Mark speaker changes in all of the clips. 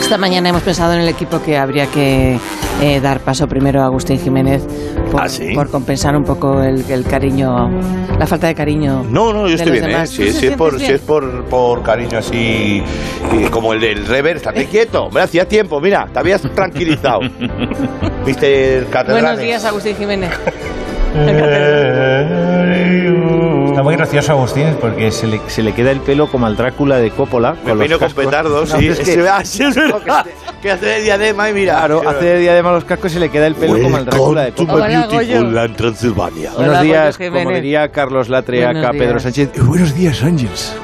Speaker 1: Esta mañana hemos pensado en el equipo que habría que eh, dar paso primero a Agustín Jiménez por,
Speaker 2: ¿Ah, sí?
Speaker 1: por compensar un poco el, el cariño, la falta de cariño.
Speaker 2: No, no, yo
Speaker 1: de
Speaker 2: estoy
Speaker 1: los
Speaker 2: bien, ¿eh?
Speaker 1: demás. ¿Tú
Speaker 2: Si,
Speaker 1: te
Speaker 2: si es por,
Speaker 1: sientes
Speaker 2: si es
Speaker 1: bien?
Speaker 2: por, por cariño así, eh, como el del Rever, estate quieto. Mira, hacía tiempo, mira, te habías tranquilizado. Mister
Speaker 1: Buenos
Speaker 2: Catedrales.
Speaker 1: días, Agustín Jiménez.
Speaker 3: Está muy gracioso Agustín porque se le, se le queda el pelo como al Drácula de Coppola.
Speaker 2: Me
Speaker 3: los
Speaker 2: vino con
Speaker 3: cascos.
Speaker 2: petardos,
Speaker 3: No,
Speaker 2: sí.
Speaker 3: es que-
Speaker 2: Se ve así, es verdad. Que hace de diadema y mira.
Speaker 3: claro,
Speaker 2: Sí,
Speaker 3: hace de diadema los cascos y se le queda el pelo como al Drácula de Coppola.
Speaker 1: Hola, Goyo.
Speaker 2: land Transilvania.
Speaker 1: Hola,
Speaker 3: Buenos días,
Speaker 1: Goyo
Speaker 3: como
Speaker 1: Jiménez.
Speaker 3: diría Carlos Latre
Speaker 1: Buenos
Speaker 3: acá, Pedro
Speaker 1: días.
Speaker 3: Sánchez.
Speaker 4: Eh, Buenos días, Ángels.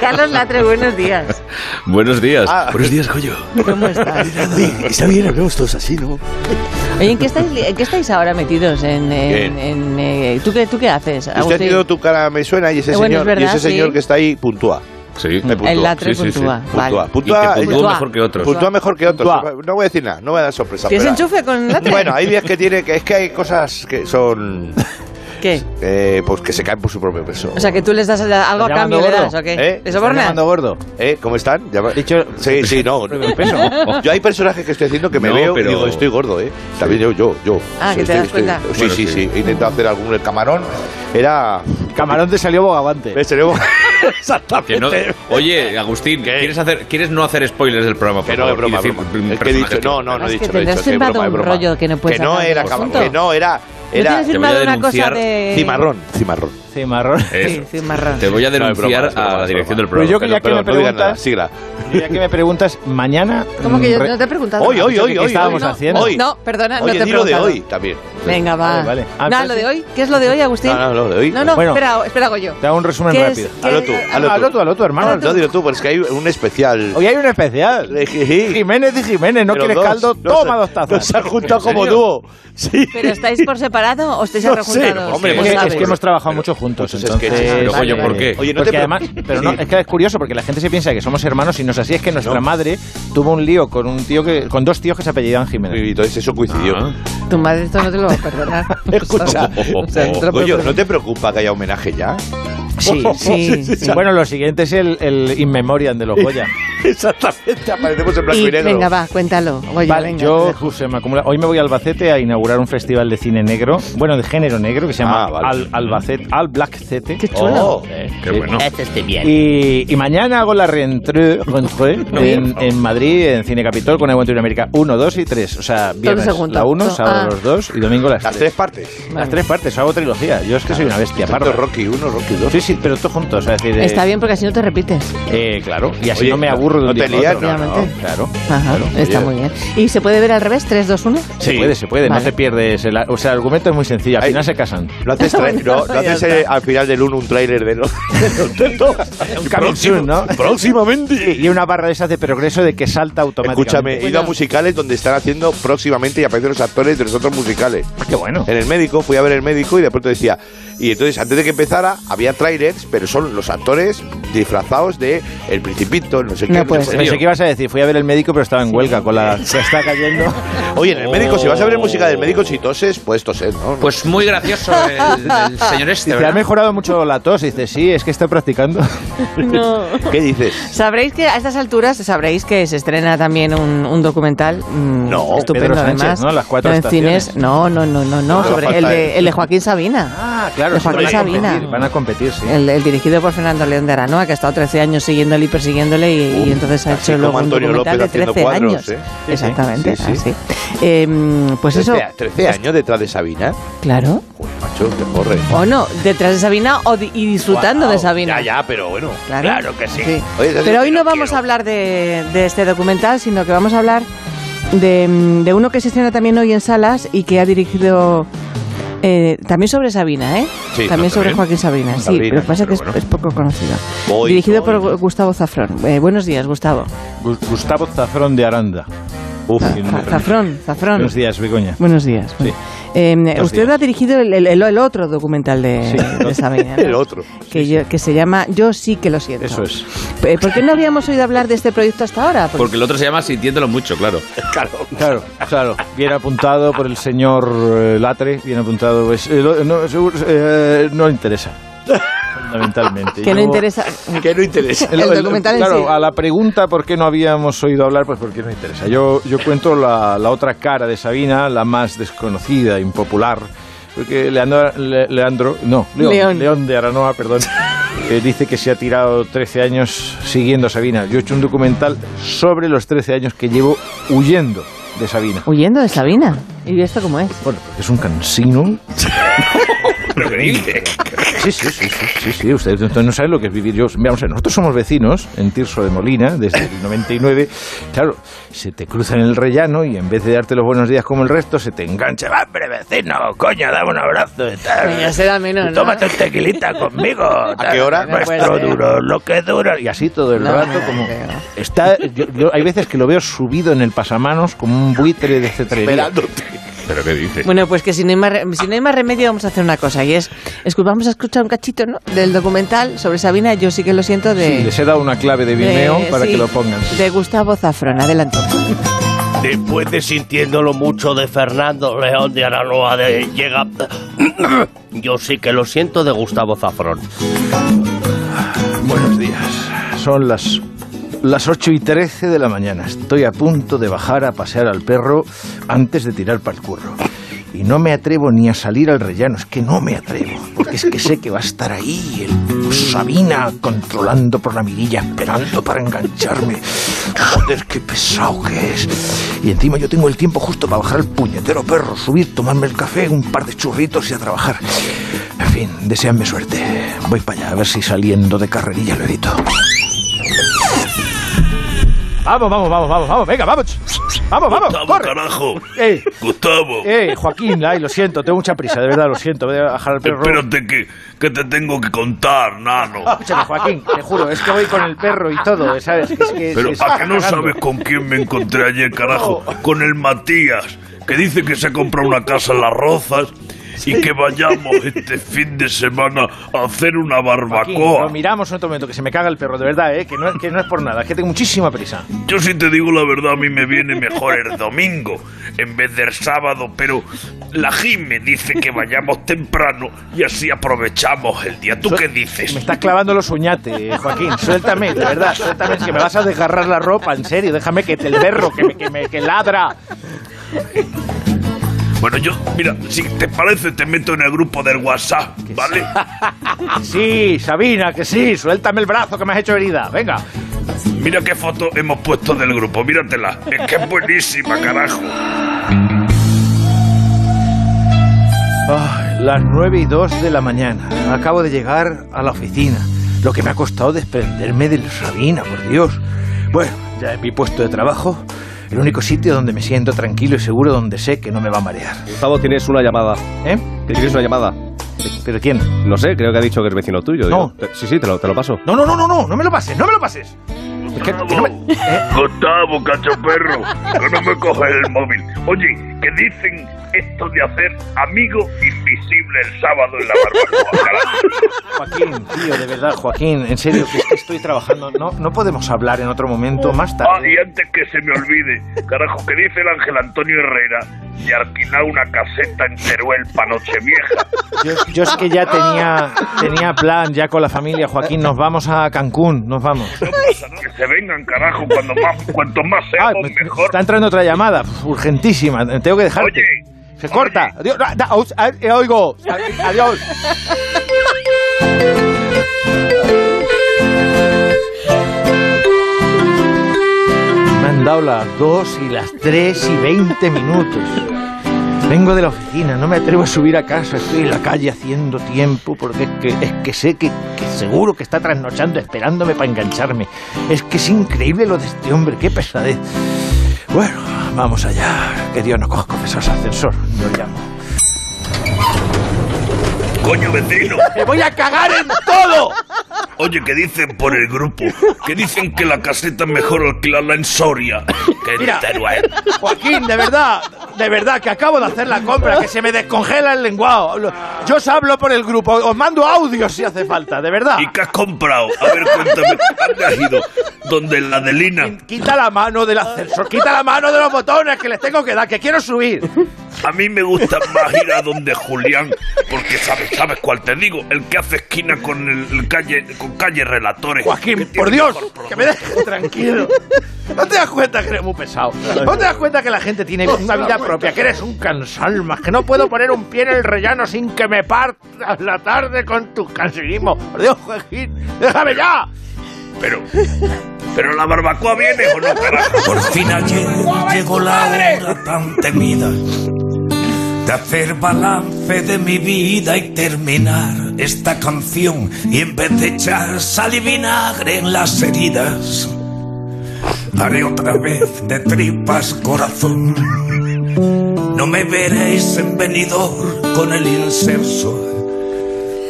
Speaker 1: Carlos Latre, buenos días.
Speaker 5: Buenos días.
Speaker 2: Ah,
Speaker 4: Buenos días, Goyo.
Speaker 1: ¿Cómo estás?
Speaker 4: Está bien, hablamos todos así, ¿no?
Speaker 1: Oye, ¿en qué estáis, en qué estáis ahora metidos? En, en-
Speaker 2: Bien.
Speaker 1: en, eh, ¿tú, qué, ¿Tú qué haces,
Speaker 2: usted ha
Speaker 1: Agustín?
Speaker 2: tenido tu cara, me suena, y ese
Speaker 1: Eh, bueno,
Speaker 2: señor,
Speaker 1: es
Speaker 2: y ese
Speaker 1: verdad,
Speaker 2: señor
Speaker 1: sí.
Speaker 2: que está ahí, puntúa.
Speaker 5: sí.
Speaker 2: Me puntúa.
Speaker 1: El Latre
Speaker 5: Sí, sí, sí.
Speaker 1: puntúa.
Speaker 2: Puntúa,
Speaker 1: Vale.
Speaker 2: Mm. Eh, puntúa,
Speaker 5: y que puntúa
Speaker 1: Puntúa.
Speaker 5: mejor que otros.
Speaker 2: Puntúa mejor que otros.
Speaker 3: Puntúa.
Speaker 2: No voy a decir nada, no voy a dar sorpresa.
Speaker 1: ¿Tienes
Speaker 2: pero-
Speaker 1: enchufe con Latre?
Speaker 2: Bueno, hay días que tiene que es que hay cosas que son
Speaker 1: ¿Qué?
Speaker 2: eh, pues que se caen por su propio peso.
Speaker 1: O sea, que tú les das algo a
Speaker 3: ¿Está
Speaker 1: cambio,
Speaker 3: llamando
Speaker 1: le
Speaker 3: gordo?
Speaker 1: das, ¿o qué?
Speaker 2: ¿Eh?
Speaker 1: ¿Le
Speaker 2: ¿Está
Speaker 3: ¿Están
Speaker 1: sobornas?
Speaker 3: llamando gordo?
Speaker 2: ¿Eh? ¿Cómo están? Ya va-
Speaker 3: Dicho-
Speaker 2: sí, sí, no.
Speaker 3: Propio peso.
Speaker 2: Yo hay personajes que estoy haciendo que me
Speaker 5: No,
Speaker 2: veo
Speaker 5: pero-
Speaker 2: y digo, estoy gordo, ¿eh? También yo, yo, yo.
Speaker 1: Ah, que te das cuenta.
Speaker 2: Sí,
Speaker 5: Bueno,
Speaker 2: sí, sí,
Speaker 5: sí.
Speaker 2: He intentado hacer algún el camarón. Era.
Speaker 3: Camarón te salió bogavante.
Speaker 2: Me salió-
Speaker 5: Que no-
Speaker 2: Exactamente.
Speaker 5: oye, Agustín, ¿quieres, hacer, ¿quieres no hacer spoilers del programa? por
Speaker 2: Que no, es
Speaker 5: favor?
Speaker 2: broma,
Speaker 5: Y decir mm,
Speaker 2: broma.
Speaker 5: un
Speaker 2: Es que he dicho,
Speaker 5: personaje
Speaker 2: no, no, no
Speaker 1: Es
Speaker 2: he
Speaker 1: que
Speaker 2: dicho. no he
Speaker 1: tendrás
Speaker 2: dicho, sí, es
Speaker 1: firmado
Speaker 2: broma, es
Speaker 1: un
Speaker 2: broma.
Speaker 1: rollo que no puedes
Speaker 2: Que no
Speaker 1: hablar
Speaker 2: era
Speaker 1: del
Speaker 2: camarón,
Speaker 1: asunto.
Speaker 2: que no era.
Speaker 1: ¿No
Speaker 2: Era
Speaker 1: tienes
Speaker 5: Te voy a
Speaker 1: firmado una cosa
Speaker 5: denunciar.
Speaker 1: de...?
Speaker 2: cimarrón, cimarrón.
Speaker 3: Sí, marrón.
Speaker 1: Sí,
Speaker 5: Eso.
Speaker 1: sí, marrón.
Speaker 5: Te voy a
Speaker 2: No, es broma,
Speaker 5: denunciar
Speaker 2: es broma,
Speaker 5: a la
Speaker 2: es
Speaker 5: dirección
Speaker 2: broma.
Speaker 5: del programa.
Speaker 3: Pues yo que ya que me
Speaker 2: no digas nada,
Speaker 3: preguntas-
Speaker 2: sigla.
Speaker 3: Ya que me preguntas, mañana...
Speaker 6: Como que
Speaker 3: mm,
Speaker 6: yo
Speaker 3: re-
Speaker 6: no te he preguntado.
Speaker 2: Hoy,
Speaker 6: nada.
Speaker 2: hoy, hoy,
Speaker 3: ¿Qué
Speaker 2: hoy.
Speaker 3: estábamos
Speaker 2: hoy.
Speaker 3: haciendo?
Speaker 2: Hoy.
Speaker 1: No, perdona,
Speaker 2: Oye,
Speaker 1: no te he
Speaker 2: di lo de
Speaker 1: preguntado.
Speaker 2: hoy también.
Speaker 1: Venga, va.
Speaker 3: Vale, vale. Ah,
Speaker 1: No,
Speaker 3: entonces-
Speaker 1: lo de hoy. ¿qué es lo de hoy, Agustín?
Speaker 2: No, no, lo de hoy.
Speaker 1: No, no,
Speaker 3: Bueno.
Speaker 1: espera, espera, hago yo.
Speaker 3: Te hago un resumen
Speaker 1: ¿Qué
Speaker 3: rápido.
Speaker 1: es-
Speaker 2: Hazlo
Speaker 1: Ah,
Speaker 2: tú, hazlo tú.
Speaker 3: hazlo Eh, tú, hazlo tú, hermano.
Speaker 2: No, no, dilo tú, porque es que hay un especial.
Speaker 3: Hoy hay un especial.
Speaker 2: Sí.
Speaker 3: Jiménez y Jiménez, ¿no
Speaker 2: Pero
Speaker 3: quieres
Speaker 2: dos,
Speaker 3: caldo?
Speaker 2: no
Speaker 3: Toma
Speaker 2: se-
Speaker 3: dos tazas.
Speaker 2: no se han juntado como dúo. Sí.
Speaker 1: ¿Pero estáis por separado o estáis
Speaker 2: No
Speaker 1: rejuntados?
Speaker 2: sé, hombre, pues
Speaker 3: Es que-
Speaker 1: ¿Qué
Speaker 3: es,
Speaker 1: sabes?
Speaker 3: que hemos trabajado mucho
Speaker 2: pues
Speaker 3: juntos,
Speaker 2: es
Speaker 3: entonces...
Speaker 2: que-
Speaker 5: Pero, Goyo, ¿por qué?
Speaker 2: Oye, no te
Speaker 3: porque
Speaker 2: pre-
Speaker 3: además, pero no,
Speaker 2: Sí.
Speaker 3: es que es curioso porque la gente se piensa que somos hermanos y no es así. Es que nuestra
Speaker 2: No.
Speaker 3: madre tuvo un lío con un tío que, con dos tíos que se apellidaban Jiménez.
Speaker 2: Y entonces eso coincidió.
Speaker 5: Ah.
Speaker 1: Tu madre esto no te lo va a perdonar.
Speaker 2: Escucha.
Speaker 1: O sea, no te lo puedo
Speaker 2: Oye, ¿no
Speaker 1: perdonar.
Speaker 2: te preocupa que haya homenaje ya?
Speaker 3: Sí,
Speaker 1: Sí, sí.
Speaker 3: Bueno, lo siguiente es el, el In Memoriam de los Goya.
Speaker 2: Exactamente, aparecemos en blanco y,
Speaker 1: Y,
Speaker 2: negro.
Speaker 1: venga, va, cuéntalo. Goyo,
Speaker 3: Vale,
Speaker 1: venga, te
Speaker 3: yo
Speaker 1: dejo.
Speaker 3: pues, se me acumula. Hoy me voy a Albacete a inaugurar un festival de cine negro, bueno, de género negro, que se llama
Speaker 2: Ah, vale.
Speaker 3: Al, Albacete, Al Black Cete.
Speaker 1: Qué chulo.
Speaker 2: Oh,
Speaker 5: Qué bueno.
Speaker 7: Este
Speaker 3: Y, y mañana hago la reentrée rentrée en, en Madrid, en Cine Capitol, con Aguante América 1, 2 y 3. O sea, viernes
Speaker 1: segundo.
Speaker 3: la 1,
Speaker 1: Todo-
Speaker 3: sábado
Speaker 1: ah.
Speaker 3: los 2 y domingo las
Speaker 2: las
Speaker 3: 3.
Speaker 2: tres partes.
Speaker 3: Las tres partes, hago trilogía. Yo es que soy una bestia
Speaker 2: Tanto
Speaker 3: parda.
Speaker 2: Rocky 1, Rocky 2.
Speaker 3: Sí, sí, pero todo juntos. o sea, es decir, eh,
Speaker 1: Está bien porque así no te repites.
Speaker 3: eh, claro, y así
Speaker 2: Oye,
Speaker 3: no me aburro de
Speaker 2: no
Speaker 3: un día
Speaker 2: te
Speaker 3: para
Speaker 2: lías,
Speaker 3: otro.
Speaker 1: no, no. Obviamente.
Speaker 3: Claro.
Speaker 1: Ajá,
Speaker 3: claro.
Speaker 1: está
Speaker 2: oye.
Speaker 1: muy bien. ¿Y se puede ver al revés? ¿3, 2, 1?
Speaker 3: Se puede, se puede,
Speaker 1: Vale.
Speaker 3: no te pierdes. El, o sea, el argumento es muy sencillo. Al
Speaker 2: Ay.
Speaker 3: final se casan.
Speaker 2: No haces, tra- no, no haces eh, al final del 1 un tráiler del otro.
Speaker 3: Un coming soon, ¿no?
Speaker 2: Próximamente.
Speaker 3: Y una barra de esas de progreso de que salta
Speaker 2: Escúchame,
Speaker 3: automáticamente.
Speaker 2: he ido a musicales donde están haciendo próximamente y aparecen los actores de los otros musicales.
Speaker 3: Qué bueno.
Speaker 2: En el médico, fui a ver el médico y de pronto decía. Y entonces, antes de que empezara, había trailers, pero son los actores disfrazados de El Principito, no sé qué.
Speaker 1: No
Speaker 2: sé
Speaker 1: puede
Speaker 2: cuál.
Speaker 5: ser.
Speaker 3: Pensé que ibas a decir, fui a ver el médico, pero estaba en huelga con la. Se está cayendo.
Speaker 2: Oye, en el médico, si vas a ver el música del médico, si toses, puedes toser, ¿no?
Speaker 5: Pues muy gracioso el, el señor este,
Speaker 3: Te ha
Speaker 5: ¿verdad?
Speaker 3: mejorado mucho la tos. Y dice, sí, es que está practicando.
Speaker 1: No.
Speaker 2: ¿Qué dices?
Speaker 1: Sabréis que a estas alturas sabréis que se estrena también un, un documental mm,
Speaker 2: No,
Speaker 1: estupendo
Speaker 3: Pedro Sánchez,
Speaker 1: además.
Speaker 3: ¿no? Las cuatro
Speaker 1: en
Speaker 3: estaciones.
Speaker 1: cines. No, no, no, no, no,
Speaker 2: No,
Speaker 1: sobre
Speaker 2: falta
Speaker 1: el de,
Speaker 2: el-
Speaker 1: el de Joaquín Sabina.
Speaker 3: Ah, claro,
Speaker 1: De
Speaker 3: sí,
Speaker 1: Joaquín
Speaker 3: van a
Speaker 1: Sabina.
Speaker 3: competir, Van a competir, sí.
Speaker 1: El, el dirigido por Fernando León de Aranoa, que ha estado 13 años siguiéndole y persiguiéndole, y, y entonces ha
Speaker 2: así
Speaker 1: hecho luego
Speaker 2: como
Speaker 1: un
Speaker 2: Antonio
Speaker 1: documental
Speaker 2: López
Speaker 1: de
Speaker 2: haciendo
Speaker 1: 13
Speaker 2: cuadros,
Speaker 1: años.
Speaker 2: ¿eh?
Speaker 3: sí.
Speaker 1: Exactamente,
Speaker 2: Sí, sí.
Speaker 1: así. Eh, pues eso,
Speaker 2: 13, 13 años detrás de Sabina.
Speaker 1: claro.
Speaker 2: Joder, macho, que corre.
Speaker 7: Eh,
Speaker 1: O no, detrás de Sabina o di- y disfrutando de
Speaker 2: Wow.
Speaker 1: Sabina.
Speaker 2: Ya, ya, pero bueno.
Speaker 1: Claro, que sí.
Speaker 2: Oye, es
Speaker 1: Pero
Speaker 2: lo
Speaker 1: hoy
Speaker 2: que
Speaker 1: no
Speaker 2: no
Speaker 1: vamos
Speaker 2: quiero.
Speaker 1: a hablar de, de este documental, sino que vamos a hablar de, mm, de uno que se estrena también hoy en salas y que ha dirigido eh, también sobre Sabina, ¿eh?
Speaker 2: Sí,
Speaker 1: también
Speaker 2: también.
Speaker 1: sobre Joaquín Sabina, sí,
Speaker 2: Sabina,
Speaker 1: pero pasa que
Speaker 2: pero
Speaker 1: es,
Speaker 2: bueno.
Speaker 1: es poco conocido.
Speaker 2: Voy,
Speaker 1: dirigido
Speaker 2: voy.
Speaker 1: por Gu- Gustavo Zafrón. Eh, buenos días, Gustavo.
Speaker 3: Gu- Gustavo Zafrón de Aranda. Uf,
Speaker 1: Za- Zafrón, Zafrón.
Speaker 3: Buenos días, Begoña.
Speaker 1: Buenos días.
Speaker 3: Sí.
Speaker 1: Eh, usted
Speaker 3: días.
Speaker 1: ha dirigido el, el- el- el otro documental de,
Speaker 3: Sí.
Speaker 1: de Sabina. ¿no?
Speaker 2: El otro.
Speaker 1: Que, yo- que se llama Yo sí que lo siento.
Speaker 3: Eso es.
Speaker 1: Eh, ¿Por qué no habíamos oído hablar de este proyecto hasta ahora? Porque-
Speaker 5: Porque el otro se llama Sintiéndolo Mucho, claro.
Speaker 2: Claro.
Speaker 3: Claro, claro. Bien apuntado por el señor eh, Latre, bien apuntado. pues, eh, lo- no, seguro- eh, no le interesa, fundamentalmente.
Speaker 1: que no
Speaker 3: Yo-
Speaker 1: interesa.
Speaker 2: Que no interesa.
Speaker 1: El documental en
Speaker 3: claro,
Speaker 1: sí.
Speaker 3: a la pregunta por qué no habíamos oído hablar, pues porque no interesa. Yo, yo cuento la, la otra cara de Sabina, la más desconocida, impopular. Porque Leandro, Le- Leandro- no, León,
Speaker 1: León.
Speaker 3: León de Aranoa, perdón, eh, dice que se ha tirado 13 años siguiendo a Sabina. Yo he hecho un documental sobre los 13 años que llevo huyendo de Sabina.
Speaker 1: Huyendo de Sabina. ¿Y esto cómo es?
Speaker 3: Bueno, porque es un cansino.
Speaker 5: Pero que dice.
Speaker 3: Sí, sí, sí, sí, sí, sí. Ustedes no no saben lo que es vivir yo. Mira, o sea, nosotros somos vecinos en Tirso de Molina desde el 99. Claro, se te cruzan el rellano y en vez de darte los buenos días como el resto, se te engancha. ¡Va, ¡Hombre, vecino! ¡Coño, dame un abrazo! y tal!
Speaker 1: Ya se da menos, ¿no?
Speaker 3: Tómate un tequilita conmigo. ¿A
Speaker 2: qué hora?
Speaker 1: No puede
Speaker 3: Nuestro
Speaker 1: ser.
Speaker 3: duro, lo que dura. Y así todo el
Speaker 1: No,
Speaker 3: rato,
Speaker 1: no, no,
Speaker 3: como.
Speaker 1: no.
Speaker 3: Está, yo- yo- hay veces que lo veo subido en el pasamanos como un buitre de cetrería.
Speaker 2: Esperándote.
Speaker 5: Pero que dice.
Speaker 1: Bueno, pues que si no, hay más, re- si no hay más remedio vamos a hacer una cosa y es, es que vamos a escuchar un cachito ¿no? del documental sobre Sabina, yo sí que lo siento, de,
Speaker 3: Sí, les he dado una clave de
Speaker 1: de-
Speaker 3: Vimeo para
Speaker 1: sí,
Speaker 3: que lo pongan.
Speaker 1: De Gustavo Zafrón, adelante.
Speaker 6: Después de sintiéndolo mucho de Fernando León de Aranoa de llega. Yo sí que lo siento de Gustavo Zafrón.
Speaker 3: Buenos días. Son las, las 8 y 13 de la mañana. Estoy a punto de bajar a pasear al perro antes de tirar para el curro. Y no me atrevo ni a salir al rellano, es que no me atrevo. Porque es que sé que va a estar ahí el Sabina controlando por la mirilla, esperando para engancharme. Joder, qué pesado que es. Y encima yo tengo el tiempo justo para bajar al puñetero perro, subir, tomarme el café, un par de churritos y a trabajar. En fin, deseanme suerte. Voy para allá, a ver si saliendo de carrerilla lo edito. Vamos, vamos, vamos, vamos, vamos, venga, vamos. Vamos, vamos, corre.
Speaker 6: carajo!
Speaker 3: ¡Ey!
Speaker 6: ¡Gustavo!
Speaker 3: ¡Ey, Joaquín! Ay, lo siento, tengo mucha prisa, de verdad, lo siento. Voy a bajar al perro.
Speaker 6: que, que te tengo que contar, nano.
Speaker 3: Escúchame, Joaquín, te juro, es que voy con el perro y todo, ¿sabes? Que es que- que está
Speaker 6: ¿a qué no
Speaker 3: cagando.
Speaker 6: sabes con quién me encontré ayer, carajo? Con el Matías, que dice que se ha comprado una casa en Las Rozas y que vayamos este fin de semana a hacer una
Speaker 3: Joaquín,
Speaker 6: barbacoa.
Speaker 3: lo miramos en otro momento, que se me caga el perro, de verdad, ¿eh? Que no, que no es por nada, es que tengo muchísima prisa.
Speaker 6: Yo si te digo la verdad, a mí me viene mejor el domingo en vez del sábado, pero la Jime dice que vayamos temprano y así aprovechamos el día. ¿Tú qué
Speaker 3: Me
Speaker 6: dices?
Speaker 3: estás clavando los uñates, Joaquín. Suéltame, de verdad, suéltame, es que me vas a desgarrar la ropa, en serio. Déjame que te el perro, que, me, que, me, que ladra.
Speaker 6: Bueno, yo, mira, si te parece te meto en el grupo del WhatsApp, ¿vale?
Speaker 3: Sí, Sabina, que sí, suéltame el brazo, que me has hecho herida. Venga.
Speaker 6: Mira qué foto hemos puesto del grupo, míratela. Es que es buenísima, carajo.
Speaker 3: Ay, las 9 y 2 de la mañana. Acabo de llegar a la oficina. Lo que me ha costado desprenderme del Sabina, por Dios. Bueno, ya en mi puesto de trabajo, el único sitio donde me siento tranquilo y seguro, donde sé que no me va a marear.
Speaker 7: Gustavo, tienes una llamada.
Speaker 3: ¿Eh?
Speaker 7: ¿Que tienes una llamada?
Speaker 3: ¿Pero quién?
Speaker 7: No sé, creo que ha dicho que es vecino tuyo.
Speaker 3: No.
Speaker 7: digo. Te- Sí, sí, te lo, te lo paso.
Speaker 3: No, no, no, no, no, no me lo pases, no me lo pases. Es que- que no me- ¿eh?
Speaker 6: Gustavo, cacho perro, que no me coges el móvil. Oye, que dicen esto de hacer amigo invisible el sábado en la barbacoa, carajo.
Speaker 3: Joaquín, tío, de verdad, Joaquín, en serio, que es que estoy trabajando. No, no podemos hablar en otro momento más
Speaker 6: Ah,
Speaker 3: tarde.
Speaker 6: y antes que se me olvide, carajo, que dice el Ángel Antonio Herrera de alquilar una caseta en Teruel para Nochevieja.
Speaker 3: Yo, yo es que ya tenía, tenía plan ya con la familia, Joaquín. Nos vamos a Cancún, nos vamos.
Speaker 6: No pasa nada, que se vengan, carajo, cuando más, cuanto más
Speaker 3: Ah,
Speaker 6: seamos,
Speaker 3: me- me
Speaker 6: mejor.
Speaker 3: está entrando otra llamada, pf, urgentísima. Tengo que dejarte.
Speaker 6: Oye,
Speaker 3: Se corta. Adiós. da- da- aus- a- eh, oigo. A- Adiós. Me han dado las 2 y las 3 y 20 minutos. Vengo de la oficina, no me atrevo a subir a casa, estoy en la calle haciendo tiempo porque es que, es que sé que, que seguro que está trasnochando esperándome para engancharme. Es que es increíble lo de este hombre, qué pesadez. Bueno, vamos allá. Que Dios no coja confesos ascensor. Yo llamo.
Speaker 6: Coño, vecino.
Speaker 3: ¡Me voy a cagar en todo!
Speaker 6: Oye, que dicen por el grupo, que dicen que la caseta es mejor alquilarla en Soria que en
Speaker 3: Mira.
Speaker 6: Teruel.
Speaker 3: Joaquín, de verdad, de verdad, que acabo de hacer la compra, que se me descongela el lenguado. Hablo- Yo os hablo por el grupo, os mando audios si hace falta, de verdad.
Speaker 6: ¿Y qué has comprado? A ver, cuéntame, ¿dónde has ido? ¿Dónde la Adelina?
Speaker 3: Quita la mano del ascensor, quita la mano de los botones que les tengo que dar, que quiero subir.
Speaker 6: A mí me gusta más ir a donde Julián, porque sabes, sabes cuál te digo, el que hace esquina con el, el calle, con calle Relatores. que
Speaker 3: Joaquín,
Speaker 6: tiene
Speaker 3: por Dios,
Speaker 6: mejor producto.
Speaker 3: que me dejes tranquilo. ¿No te das cuenta que eres muy pesado? ¿No te das cuenta que la gente tiene una vida propia? Que eres un cansalmas, que no puedo poner un pie en el rellano sin que me partas la tarde con tus cansinismos. Por Dios, Joaquín, déjame ya.
Speaker 6: Pero, pero la barbacoa viene o no, carajo.
Speaker 8: Por fin ayer llegó la hora tan temida de hacer balance de mi vida y terminar esta canción y en vez de echar sal y vinagre en las heridas haré otra vez de tripas corazón. No me veréis en venidor con el inserso.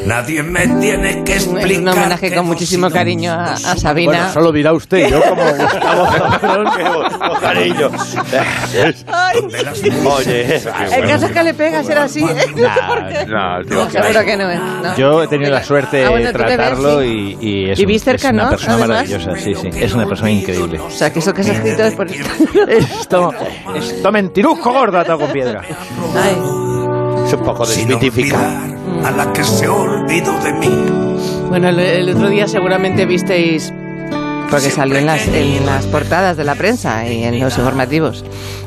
Speaker 8: Nadie me tiene que
Speaker 1: Es un
Speaker 8: explicar.
Speaker 1: homenaje
Speaker 8: que
Speaker 1: con
Speaker 8: no
Speaker 1: muchísimo
Speaker 8: sigamos
Speaker 1: cariño a-
Speaker 8: dos
Speaker 1: a Sabina. Bueno,
Speaker 3: solo dirá usted, yo como Gustavo
Speaker 2: Cariño.
Speaker 8: de las nubes
Speaker 2: Oye,
Speaker 1: El caso es que le pegas era así, ¿eh? Porque-
Speaker 7: No, tío.
Speaker 1: No, seguro que no es. no.
Speaker 9: Ah, Yo he tenido la suerte
Speaker 1: Ah,
Speaker 9: de
Speaker 1: bueno, tú te ves,
Speaker 9: tratarlo
Speaker 1: sí.
Speaker 9: y, y es,
Speaker 1: Y
Speaker 9: un-
Speaker 1: viste
Speaker 9: es
Speaker 1: cerca,
Speaker 9: una
Speaker 1: ¿no?
Speaker 9: persona
Speaker 1: Además.
Speaker 9: maravillosa, sí, sí. Es una persona increíble.
Speaker 1: O sea, que eso que has escrito es por...
Speaker 3: Esto, esto mentirusco gordo atado con piedra.
Speaker 1: Ay.
Speaker 2: es un poco
Speaker 8: sin
Speaker 2: desmitificado.
Speaker 8: olvidar a la que se olvidó de mí.
Speaker 1: Bueno, el, el otro día seguramente visteis, porque salió en las, en las portadas de la prensa y en los informativos,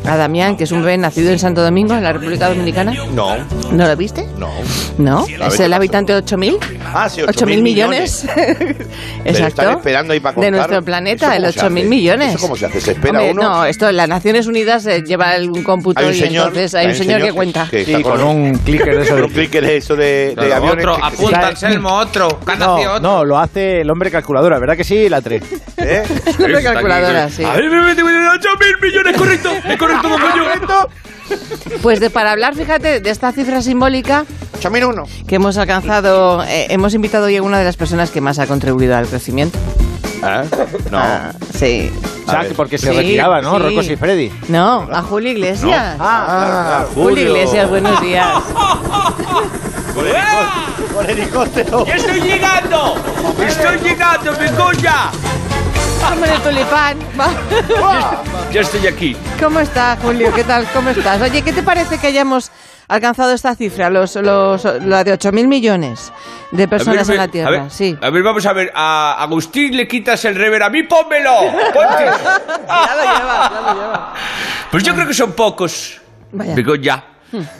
Speaker 1: a Damián, que es un bebé nacido en Santo Domingo, en la República Dominicana.
Speaker 2: No,
Speaker 1: ¿No lo viste?
Speaker 2: no.
Speaker 1: ¿No?
Speaker 2: ver,
Speaker 1: ¿Es
Speaker 2: ¿qué
Speaker 1: el
Speaker 2: pasó?
Speaker 1: habitante de 8.000?
Speaker 2: Ah, sí,
Speaker 1: 8.000 millones.
Speaker 2: Pero
Speaker 1: Exacto.
Speaker 2: están esperando ahí para
Speaker 1: De
Speaker 2: contar.
Speaker 1: nuestro
Speaker 2: ¿Eso
Speaker 1: planeta, el
Speaker 2: cómo se
Speaker 1: 8.000
Speaker 2: hace?
Speaker 1: millones.
Speaker 2: ¿Eso cómo se hace? ¿Se espera
Speaker 1: Hombre,
Speaker 2: uno?
Speaker 1: No, esto, las Naciones Unidas eh, lleva un cómputo
Speaker 2: Hay un
Speaker 1: y
Speaker 2: señor,
Speaker 1: entonces hay un señor que cuenta.
Speaker 2: que está
Speaker 3: Sí, con
Speaker 2: un,
Speaker 3: un clicker de eso.
Speaker 2: con
Speaker 3: de-
Speaker 2: un clicker de eso de, de
Speaker 5: Claro,
Speaker 2: aviones.
Speaker 5: otro,
Speaker 2: que- que-
Speaker 5: apunta Anselmo, otro. Que ha nacido
Speaker 9: No,
Speaker 5: otro.
Speaker 9: no, lo hace el hombre calculadora, ¿verdad que sí? La 3.
Speaker 2: ¿eh?
Speaker 5: Sí, está aquí,
Speaker 1: calculadora, sí.
Speaker 5: A ver, me mete 8 mil millones, correcto. Es correcto, don Goyo.
Speaker 1: Pues de, para hablar, fíjate, de esta cifra simbólica
Speaker 2: 8.001.
Speaker 1: que hemos alcanzado, eh, hemos invitado hoy a una de las personas que más ha contribuido al crecimiento.
Speaker 2: No.
Speaker 1: Ah, sí.
Speaker 9: O sea,
Speaker 2: ver.
Speaker 9: que porque se
Speaker 1: Sí,
Speaker 9: retiraba, ¿no?
Speaker 1: sí.
Speaker 9: Rocos y Freddy.
Speaker 1: No, a Julio Iglesias.
Speaker 3: Ah,
Speaker 1: Julio. Iglesias, buenos días.
Speaker 3: con helicóptero.
Speaker 5: ¡Estoy llegando! ¡Estoy llegando, Begoña!
Speaker 1: Vamos el tulipán. Va.
Speaker 5: Ya estoy aquí.
Speaker 1: ¿Cómo estás, Julio? ¿Qué tal? ¿Cómo estás? Oye, ¿qué te parece que hayamos alcanzado esta cifra, los, los, la de 8.000 millones de personas en la Tierra?
Speaker 5: a ver,
Speaker 1: sí.
Speaker 5: A ver, vamos a ver. A Agustín le quitas el rever. A mí, pónmelo. Ponte. Pues yo creo que son pocos.
Speaker 1: Vaya. Hmm.
Speaker 5: Begoña.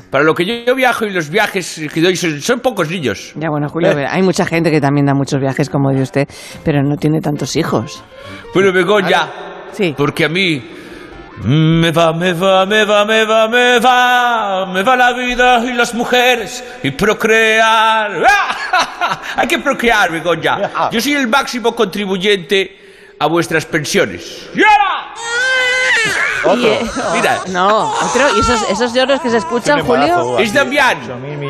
Speaker 5: Para lo que yo, yo viajo y los viajes que doy son, son pocos niños.
Speaker 1: Ya, bueno, Julio,
Speaker 5: Eh.
Speaker 1: a ver, hay mucha gente que también da muchos viajes, como dice usted, pero no tiene tantos hijos.
Speaker 5: Bueno, Begoña.
Speaker 1: Sí.
Speaker 5: Porque a mí. Me va, me va, me va, me va, me va, me va la vida y las mujeres y procrear. ¡Ah! Hay que procrear, Begoña. Yo soy el máximo contribuyente a vuestras pensiones.
Speaker 1: Y, eh,
Speaker 5: Mira,
Speaker 1: no, otro. ¿Y esos, esos lloros que se escuchan, Julio?
Speaker 5: es Damián.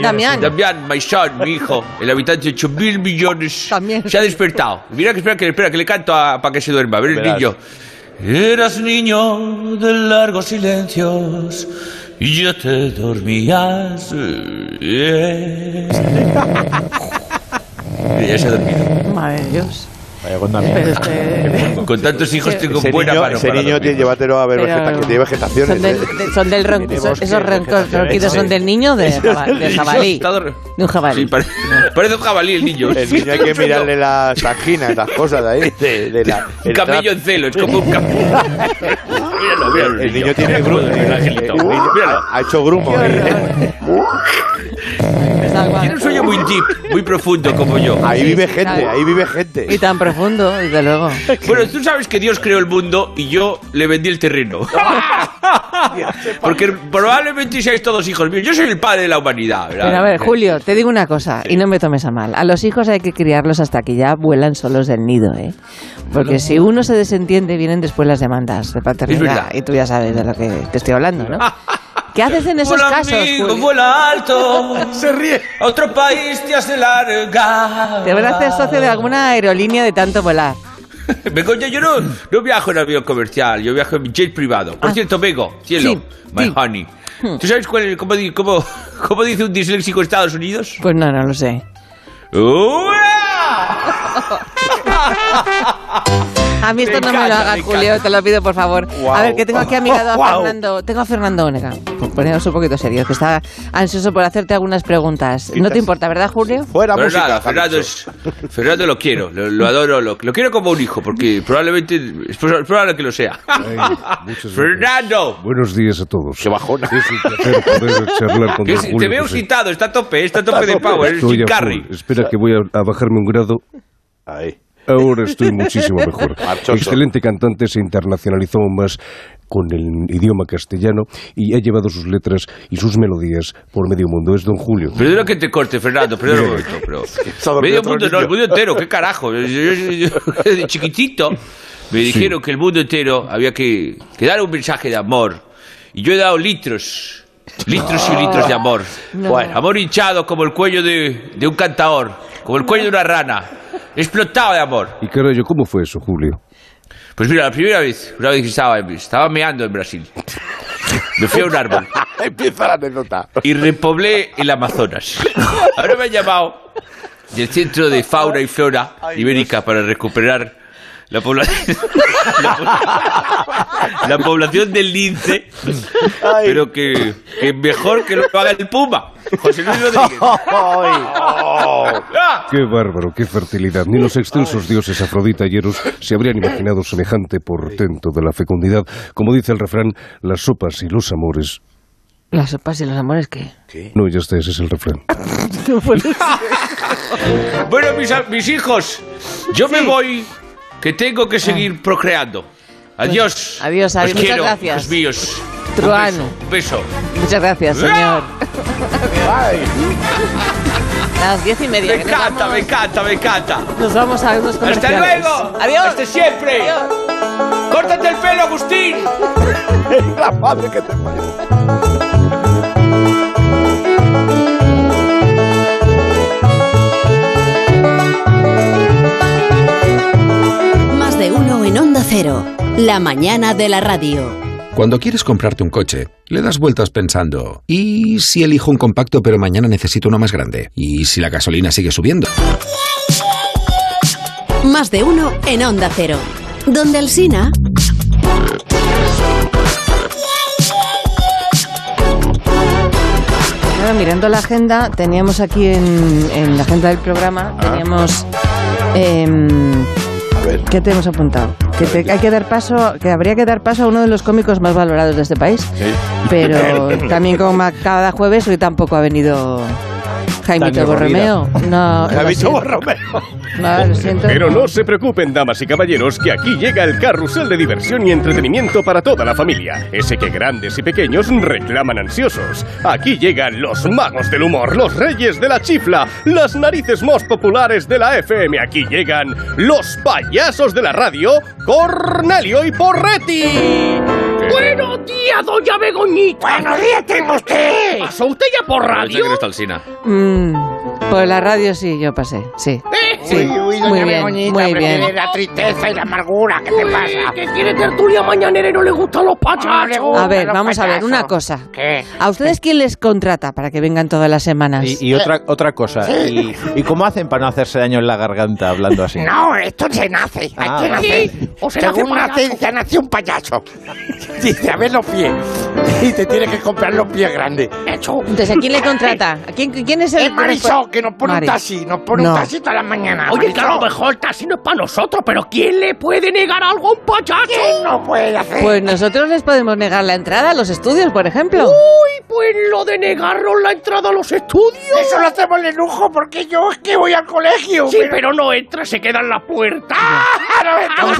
Speaker 1: Damián.
Speaker 5: Damián, my son, mi hijo, el habitante de 8 mil millones,
Speaker 1: También.
Speaker 5: se ha despertado. Mira que espera que, espera, que le canto a- para que se duerma. A ver el niño. Eras niño de largos silencios y ya te dormías. eh. Y ya se ha dormido.
Speaker 1: Madre de Dios. Eh,
Speaker 5: Con tantos hijos tengo
Speaker 2: Ese
Speaker 5: buena
Speaker 2: niño,
Speaker 5: mano
Speaker 2: ese
Speaker 5: para
Speaker 2: niño
Speaker 5: dormir.
Speaker 2: tiene, llévatelo a ver
Speaker 1: Pero-
Speaker 2: vegeta- que tiene vegetaciones.
Speaker 1: Son del,
Speaker 2: ¿eh?
Speaker 1: de- son del ron-
Speaker 3: Tiene
Speaker 1: son-
Speaker 3: bosque,
Speaker 1: esos rencor-
Speaker 3: vegetaciones,
Speaker 1: ronquidos
Speaker 3: sí.
Speaker 1: son del niño o de, jaba- de jabalí.
Speaker 5: Está dor-
Speaker 1: De un jabalí.
Speaker 5: Sí, pare- parece un jabalí el niño.
Speaker 2: El niño hay que mirarle las anginas, las cosas de ahí. De, de la,
Speaker 5: Un
Speaker 2: el
Speaker 5: camello
Speaker 2: tra-
Speaker 5: en celo, es como un camello. míralo, míralo.
Speaker 2: El niño tiene grumo.
Speaker 5: Míralo,
Speaker 2: El
Speaker 5: angelito.
Speaker 2: niño
Speaker 5: Míralo.
Speaker 2: ha hecho eh. grumo.
Speaker 1: Es tal cual.
Speaker 5: Eh. Tiene un sueño muy deep, muy profundo como yo.
Speaker 2: Ahí
Speaker 1: Sí,
Speaker 2: vive
Speaker 1: sí,
Speaker 2: gente,
Speaker 1: claro.
Speaker 2: ahí vive
Speaker 1: Y
Speaker 2: gente.
Speaker 1: tan profundo, desde luego.
Speaker 5: Bueno, tú sabes que Dios creó el mundo y yo le vendí el terreno. Porque probablemente seáis todos hijos míos. Yo soy el padre de la humanidad, ¿verdad?
Speaker 1: Pero a ver, Julio, te digo una cosa, y no me tomes a mal. A los hijos hay que criarlos hasta que ya vuelan solos del nido, ¿eh? Porque si uno se desentiende, vienen después las demandas de
Speaker 5: Es
Speaker 1: paternidad.
Speaker 5: verdad.
Speaker 1: Y tú ya sabes de lo que te estoy hablando, ¿no? ¿Qué haces en esos
Speaker 5: vuela,
Speaker 1: casos,
Speaker 5: amigo,
Speaker 1: Julio?
Speaker 5: vuela alto.
Speaker 2: Se ríe.
Speaker 5: A otro país te has de largar.
Speaker 1: Te van a hacer socio de alguna aerolínea de tanto volar.
Speaker 5: Begoña, yo no, no viajo en avión comercial, yo viajo en jet privado. Por
Speaker 1: Ah.
Speaker 5: cierto, Bego, cielo,
Speaker 1: Sí,
Speaker 5: my
Speaker 1: sí. Hmm.
Speaker 5: honey. ¿Tú sabes cuál es, cómo, di- cómo- cómo dice un disléxico en Estados Unidos?
Speaker 1: Pues no, no lo sé.
Speaker 5: ¡Uah!
Speaker 1: A mí esto
Speaker 5: Me
Speaker 1: no me lo
Speaker 5: encanta,
Speaker 1: hagas,
Speaker 5: me
Speaker 1: Julio, te lo pido, por favor. A ver, que tengo aquí a mi lado a
Speaker 2: Guau.
Speaker 1: Fernando. Tengo a Fernando Onega. Poneros un poquito serios, que está ansioso por hacerte algunas preguntas. No te importa, ¿verdad, Julio?
Speaker 2: Fuera
Speaker 5: Pero
Speaker 2: música.
Speaker 5: nada,
Speaker 2: Javier.
Speaker 5: Fernando, es- Fernando lo quiero, lo, lo adoro, lo, lo quiero como un hijo, porque probablemente es proba- es probable que lo sea.
Speaker 10: muchas gracias.
Speaker 5: Fernando,
Speaker 10: Buenos días a todos.
Speaker 2: Qué bajona.
Speaker 10: Es un placer poder charlar con
Speaker 5: que
Speaker 10: don
Speaker 5: si- te
Speaker 10: Julio
Speaker 5: veo
Speaker 10: José.
Speaker 5: citado, está a tope, está a tope de power, es
Speaker 10: Estoy
Speaker 5: Jim
Speaker 10: a full.
Speaker 5: Carrey.
Speaker 10: Espera que voy a, a bajarme un grado.
Speaker 2: Ahí.
Speaker 10: Ahora estoy muchísimo mejor.
Speaker 2: Marchoso.
Speaker 10: Excelente cantante, se internacionalizó más con el idioma castellano y ha llevado sus letras y sus melodías por medio mundo. Es don Julio.
Speaker 5: Perdona que te corte, Fernando, perdona un momento, pero...
Speaker 2: dormido
Speaker 5: Medio
Speaker 2: otro
Speaker 5: mundo, no, el
Speaker 2: niño.
Speaker 5: mundo entero, qué carajo. Yo- yo- yo- yo- de chiquitito me dijeron que el mundo entero había que, que dar un mensaje de amor. Y yo he dado litros, litros y litros de amor.
Speaker 1: No.
Speaker 5: Bueno, amor hinchado como el cuello de, de un cantaor, como el cuello de una rana. Explotado de amor.
Speaker 10: Y carajo, ¿cómo fue eso, Julio?
Speaker 5: Pues mira, la primera vez, una vez que estaba, en- estaba meando en Brasil. Me fui a un árbol.
Speaker 2: Empieza la anécdota.
Speaker 5: y repoblé el Amazonas. Ahora me han llamado del Centro de Fauna y Flora Ibérica para recuperar la población, la, po- la población del lince, pero que, que mejor que lo haga el Puma. José Luis Rodríguez. ¡Ah!
Speaker 10: Qué bárbaro, qué fertilidad. Ni los extensos dioses Afrodita y Eros se habrían imaginado semejante portento de la fecundidad. Como dice el refrán, las sopas y los amores.
Speaker 1: Las sopas y los amores, ¿qué?
Speaker 10: No, ya está, ese es el refrán.
Speaker 5: Bueno, mis, a- mis hijos, yo me voy, que tengo que seguir procreando. Adiós.
Speaker 1: Ah. adiós, adiós.
Speaker 5: Os
Speaker 1: Muchas
Speaker 5: quiero,
Speaker 1: gracias.
Speaker 5: los míos. Un
Speaker 1: Truano.
Speaker 5: beso, Un beso.
Speaker 1: Muchas gracias, señor. Las diez y media.
Speaker 5: Me
Speaker 1: que nos
Speaker 5: encanta, me encanta, me encanta.
Speaker 1: vamos- Nos vamos a unos
Speaker 5: ¡Hasta
Speaker 1: comerciales.
Speaker 5: luego!
Speaker 1: Adiós.
Speaker 5: ¡Hasta siempre!
Speaker 1: Adiós.
Speaker 5: ¡Córtate el pelo, Agustín!
Speaker 2: La madre que te parió.
Speaker 11: Más de uno en Onda Cero. La mañana de la radio.
Speaker 12: Cuando quieres comprarte un coche, le das vueltas pensando, ¿y si elijo un compacto pero mañana necesito uno más grande? ¿Y si la gasolina sigue subiendo?
Speaker 11: Más de uno en Onda Cero. Donde el Sina.
Speaker 1: Claro, mirando la agenda, teníamos aquí en, en la agenda del
Speaker 5: Ah.
Speaker 1: programa, teníamos... em,
Speaker 2: A ver.
Speaker 1: ¿Qué tenemos apuntado? Que te- hay que dar paso, que habría que dar paso a uno de los cómicos más valorados de este país. Pero también como a cada jueves hoy tampoco ha venido Jaimito
Speaker 9: Dani Rovira.
Speaker 1: Borromeo. No, lo
Speaker 2: Jaimito
Speaker 1: siento.
Speaker 2: Borromeo.
Speaker 1: No, lo siento.
Speaker 7: Pero no se preocupen, damas y caballeros, que aquí llega el carrusel de diversión y entretenimiento para toda la familia. Ese que grandes y pequeños reclaman ansiosos. Aquí llegan los magos del humor, los reyes de la chifla, las narices más populares de la FM. Aquí llegan los payasos de la radio, Cornelio y Porretti. ¡Buenos días, doña Begoñita! ¡Buenos días, tengo usted! ¿Pasó usted ya por radio?
Speaker 1: Mm, por la radio sí, yo pasé, sí.
Speaker 13: Eh,
Speaker 1: Sí, muy bien, muy bien.
Speaker 13: Ah,
Speaker 1: A ver, vamos a ver, una cosa. ¿A ustedes quién les contrata para que vengan todas las semanas?
Speaker 9: Y, y
Speaker 13: Eh.
Speaker 9: otra, otra cosa, y, ¿y cómo hacen para no hacerse daño en la garganta hablando así?
Speaker 13: No, esto se nace. Hay
Speaker 9: Ah,
Speaker 13: que nacer. Según
Speaker 9: nace
Speaker 13: nace, ya nace un payaso. Dice, a ver los pies. Y te tienes que comprar los pies grandes. Hecho.
Speaker 1: Entonces, ¿a quién le contrata? ¿A quién, quién es el
Speaker 13: Es Marisol, que nos pone
Speaker 1: Mari.
Speaker 13: un taxi. Nos pone
Speaker 1: No.
Speaker 13: un taxi todas las mañanas.
Speaker 14: Oye, que a lo
Speaker 13: Marisol,
Speaker 14: mejor el taxi no es para nosotros, pero ¿quién le puede negar algo a un payaso?
Speaker 13: ¿qué no puede hacer? Uh,
Speaker 1: Pues nosotros les podemos negar la entrada a los estudios, por ejemplo.
Speaker 14: Uy, pueblo de negarnos la entrada a los estudios?
Speaker 13: Eso lo hacemos en lujo porque yo es que voy al colegio.
Speaker 14: Sí, pero, no entra, se queda en la puerta.
Speaker 1: Vamos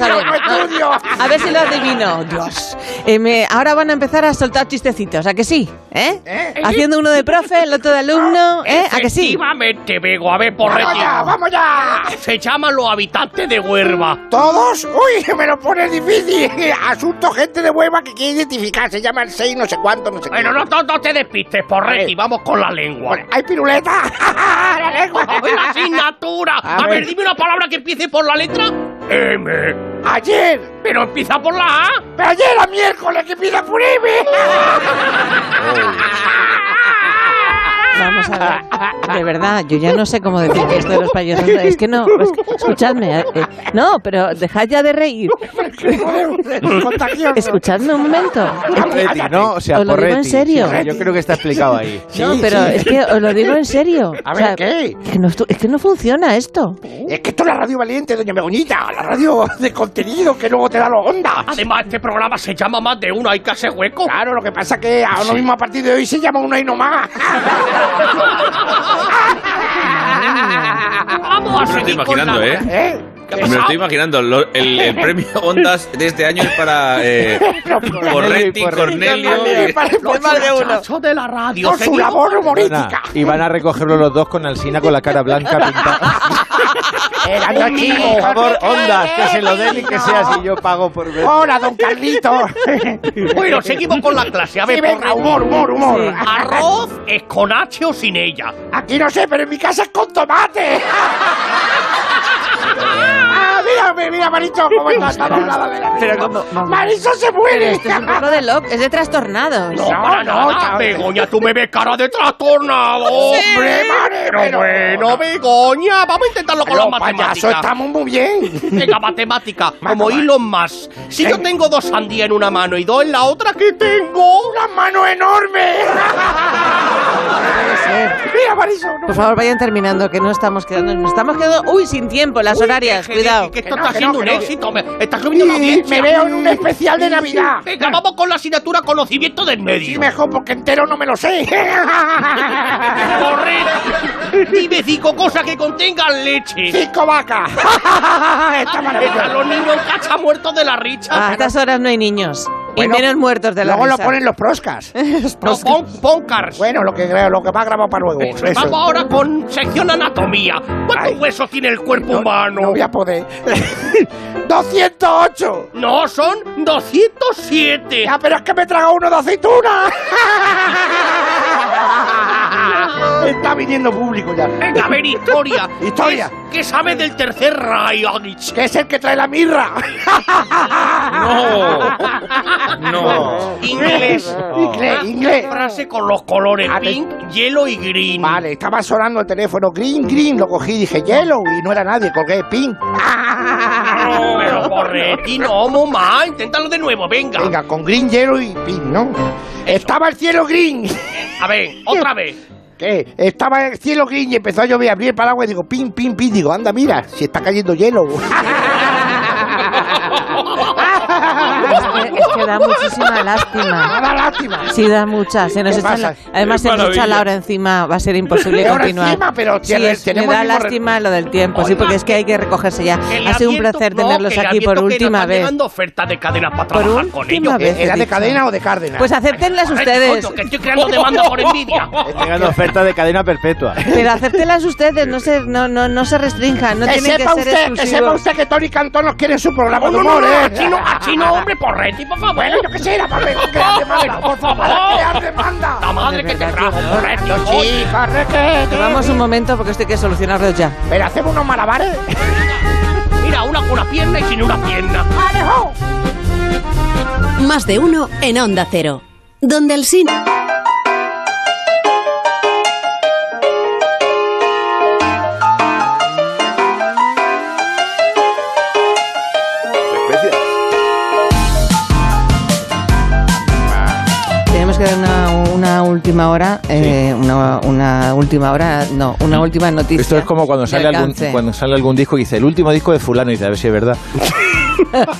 Speaker 1: a ver.
Speaker 13: estudio.
Speaker 1: A ver si lo adivino. Dios. Eh, me- ahora van a empezar a soltar chistecitos. ¿A que sí? ¿Eh? Haciendo uno de profe, el otro de alumno. ¿Eh? ¿A que sí?
Speaker 14: Efectivamente, Bego, a ver por
Speaker 13: ¡Vamos ya, vamos ya!
Speaker 14: Se llaman los habitantes de Huerva.
Speaker 13: ¿Todos? Uy, me lo pone difícil. Asunto gente de hueva que quiere identificar. Se llama el 6, no sé cuánto, no sé
Speaker 14: Bueno, no, no, no te despistes, porreti, vamos con la lengua.
Speaker 13: ¡Hay piruleta! ¡La lengua!
Speaker 14: ¡Ay, la asignatura! A,
Speaker 13: A
Speaker 14: ver.
Speaker 13: ver.
Speaker 14: dime una palabra que empiece por la letra M.
Speaker 13: ¡Ayer!
Speaker 14: Pero empieza por la A.
Speaker 13: ¡Pero ayer era miércoles que pida por
Speaker 1: Vamos a ver. De verdad, yo ya no sé cómo decir que esto de los payasos. Es que no. es que- escuchadme. eh, eh, no, pero dejad ya de reír. Escuchadme un momento.
Speaker 3: Porretti, ¿no? O sea,
Speaker 1: Os lo digo
Speaker 3: Porretti.
Speaker 1: en serio.
Speaker 3: Sí, yo creo que está explicado ahí.
Speaker 1: No, pero es que os lo digo en serio.
Speaker 13: A
Speaker 1: O
Speaker 13: ver,
Speaker 1: sea,
Speaker 13: ¿qué?
Speaker 1: que no estu- es que no funciona esto.
Speaker 13: Es que esto es la radio valiente, doña Begoñita. La radio de contenido que luego te da los ondas.
Speaker 14: Además, este programa se llama más de uno, hay que hacer hueco.
Speaker 13: Claro, lo que pasa que ahora
Speaker 14: Sí.
Speaker 13: mismo a partir de hoy se llama una y no más.
Speaker 14: Vamos a
Speaker 5: Me lo estoy
Speaker 14: seguir con
Speaker 5: imaginando,
Speaker 14: la-
Speaker 5: ¿eh? Me lo estoy imaginando. Lo- el, el premio Ondas de este año es para eh, Porretti, Cornelio. y-
Speaker 13: Los
Speaker 14: muchachos de la radio.
Speaker 13: Por su
Speaker 14: seguimos.
Speaker 13: labor humorística.
Speaker 9: Perdona, Y van a recogerlo los dos con Alsina con la cara blanca pintada.
Speaker 13: Era
Speaker 9: Ah, Por
Speaker 13: yo chico.
Speaker 9: favor, ondas, que se lo den y que sea así. Yo pago por ver.
Speaker 13: Hola, don Carlito.
Speaker 14: Bueno, seguimos con la clase. A ver,
Speaker 13: Sí, venga,
Speaker 14: porreti.
Speaker 13: humor, humor, humor.
Speaker 14: Sí. Arroz es con H o sin ella.
Speaker 13: Aquí no sé, pero en mi casa es con tomate. Ah, mírame, mira, Marito, cómo está, está doblada de la
Speaker 1: Pero
Speaker 13: lengua.
Speaker 1: como- no.
Speaker 13: Marito se
Speaker 1: Pero
Speaker 13: muere.
Speaker 1: esto es un poco de loco, es de trastornados.
Speaker 14: No, para
Speaker 13: no,
Speaker 14: nada.
Speaker 13: no.
Speaker 14: Begoña, tú me ves cara de trastornado. Hombre, pero, bueno, Begoña, vamos a intentarlo con
Speaker 13: Los
Speaker 14: las
Speaker 13: payasos
Speaker 14: matemáticas.
Speaker 13: estamos muy bien.
Speaker 14: Venga, matemática, como hilos más. Si yo tengo dos sandías en una mano y dos en la otra, ¿qué tengo?
Speaker 13: ¡Una mano enorme! Mira, Mariso. no.
Speaker 1: Por favor, vayan terminando, que no estamos quedando. Nos estamos quedando. Uy, sin tiempo, las horarias,
Speaker 14: Que-
Speaker 1: cuidado.
Speaker 14: Que, que esto
Speaker 13: Que no,
Speaker 14: está
Speaker 13: que
Speaker 14: siendo
Speaker 13: no,
Speaker 14: un
Speaker 13: que no.
Speaker 14: éxito. Me, está subiendo la
Speaker 13: Y me
Speaker 14: audiencia.
Speaker 13: veo en un especial de Navidad.
Speaker 14: Venga, vamos con la asignatura conocimiento del
Speaker 13: Sí,
Speaker 14: medio.
Speaker 13: mejor porque entero no me lo sé.
Speaker 14: Correr. Dime cinco cosas que contengan leche.
Speaker 13: Cinco vacas. Está
Speaker 14: Venga,
Speaker 13: maravilloso.
Speaker 14: los niños cacha muertos de la richa.
Speaker 1: A estas horas no hay niños.
Speaker 13: Bueno,
Speaker 1: y menos muertos Ah, de la
Speaker 13: Luego lo
Speaker 1: risa.
Speaker 13: ponen los proscas.
Speaker 14: No, pon, pon cars.
Speaker 13: Bueno, lo que, lo que va grabado para luego. Eso.
Speaker 14: Vamos ahora con sección anatomía. ¿Cuántos huesos tiene el cuerpo humano?
Speaker 13: No voy a poder. ¡208!
Speaker 14: No, son 207.
Speaker 13: Ya, pero es que me traga uno de aceituna. Está viniendo público ya.
Speaker 14: Venga, a ver, historia.
Speaker 13: Historia.
Speaker 14: ¿Qué, qué sabes del tercer Reich?
Speaker 13: Que es el que trae la mirra.
Speaker 5: No, no.
Speaker 14: Inglés.
Speaker 13: inglés, inglés.
Speaker 14: Frase con los colores
Speaker 13: A ver.
Speaker 14: pink, hielo y green.
Speaker 13: Vale, estaba sonando el teléfono green, green, lo cogí y dije yellow y no era nadie, colgué pink.
Speaker 14: Pero Porretti, no, mamá. Inténtalo de nuevo, venga.
Speaker 13: Venga, con green, yellow y pink, ¿no? Estaba el cielo green.
Speaker 14: A ver, otra vez.
Speaker 13: ¿Qué? Estaba el cielo gris y empezó a llover. Abrí el paraguas y digo, pim, pim, pim. Digo, anda, mira, si está cayendo hielo.
Speaker 1: Es que, es que da muchísima lástima.
Speaker 13: Nada, lástima.
Speaker 1: Sí, da mucha. Se nos
Speaker 13: ¿Qué
Speaker 1: echa la-
Speaker 13: pasa?
Speaker 1: además,
Speaker 5: Qué
Speaker 1: se nos echa
Speaker 5: maravilla.
Speaker 1: la hora encima. Va a ser imposible
Speaker 13: La hora
Speaker 1: continuar.
Speaker 13: encima, pero
Speaker 1: sí,
Speaker 13: tiene-
Speaker 1: es- me
Speaker 13: tenemos
Speaker 1: da
Speaker 13: el mismo re-
Speaker 1: lástima lo del tiempo. Sí, porque es que hay que recogerse ya.
Speaker 14: Que le
Speaker 1: Ha sido un
Speaker 14: advierto-
Speaker 1: placer
Speaker 14: no,
Speaker 1: tenerlos
Speaker 14: que le
Speaker 1: aquí por
Speaker 14: advierto que nos
Speaker 1: última
Speaker 14: están
Speaker 1: vez.
Speaker 14: llegando ofertas de cadenas para
Speaker 13: Ah,
Speaker 1: Por
Speaker 14: trabajar con
Speaker 1: última
Speaker 14: ellos.
Speaker 1: vez.
Speaker 13: ¿Era de
Speaker 1: dicho.
Speaker 13: cadena o de Cárdenas?
Speaker 1: Pues acéptenlas
Speaker 14: Correcto,
Speaker 1: ustedes.
Speaker 14: coño, que estoy creando demanda por envidia.
Speaker 3: Está llegando oferta de cadena perpetua.
Speaker 1: Pero acéptenlas ustedes. No se, no, no, no se restrinjan. No
Speaker 13: que
Speaker 1: tienen que
Speaker 13: Eh, sepa
Speaker 1: ser
Speaker 13: usted, que sepa
Speaker 1: exclusivos.
Speaker 13: usted que Tony Cantón nos quiere en su programa
Speaker 14: Oh,
Speaker 13: de
Speaker 14: No, no, no,
Speaker 13: humor,
Speaker 14: no,
Speaker 13: ¿eh?
Speaker 14: así no, así no, hombre, porreti, por favor.
Speaker 13: Bueno, yo qué sé, era para crear demanda.
Speaker 14: Por favor.
Speaker 13: Para crear demanda.
Speaker 14: La madre que te trajo, porreti, oye.
Speaker 13: Chicos, requete.
Speaker 1: Vamos un momento porque esto hay que solucionarlo ya.
Speaker 13: Pero hacemos unos malabares.
Speaker 14: Mira, una con una pierna y sin una pierna.
Speaker 13: ¡Alejo!
Speaker 11: Más de uno en Onda Cero. Donde el cine.
Speaker 2: Especias.
Speaker 1: Tenemos que dar una, una ult- última hora, eh, una, una última hora, no, una última noticia.
Speaker 3: Esto es como cuando
Speaker 1: de
Speaker 3: sale, algún,
Speaker 1: alcance.
Speaker 3: cuando sale algún disco y dice el último disco de fulano y dice, a ver si es verdad.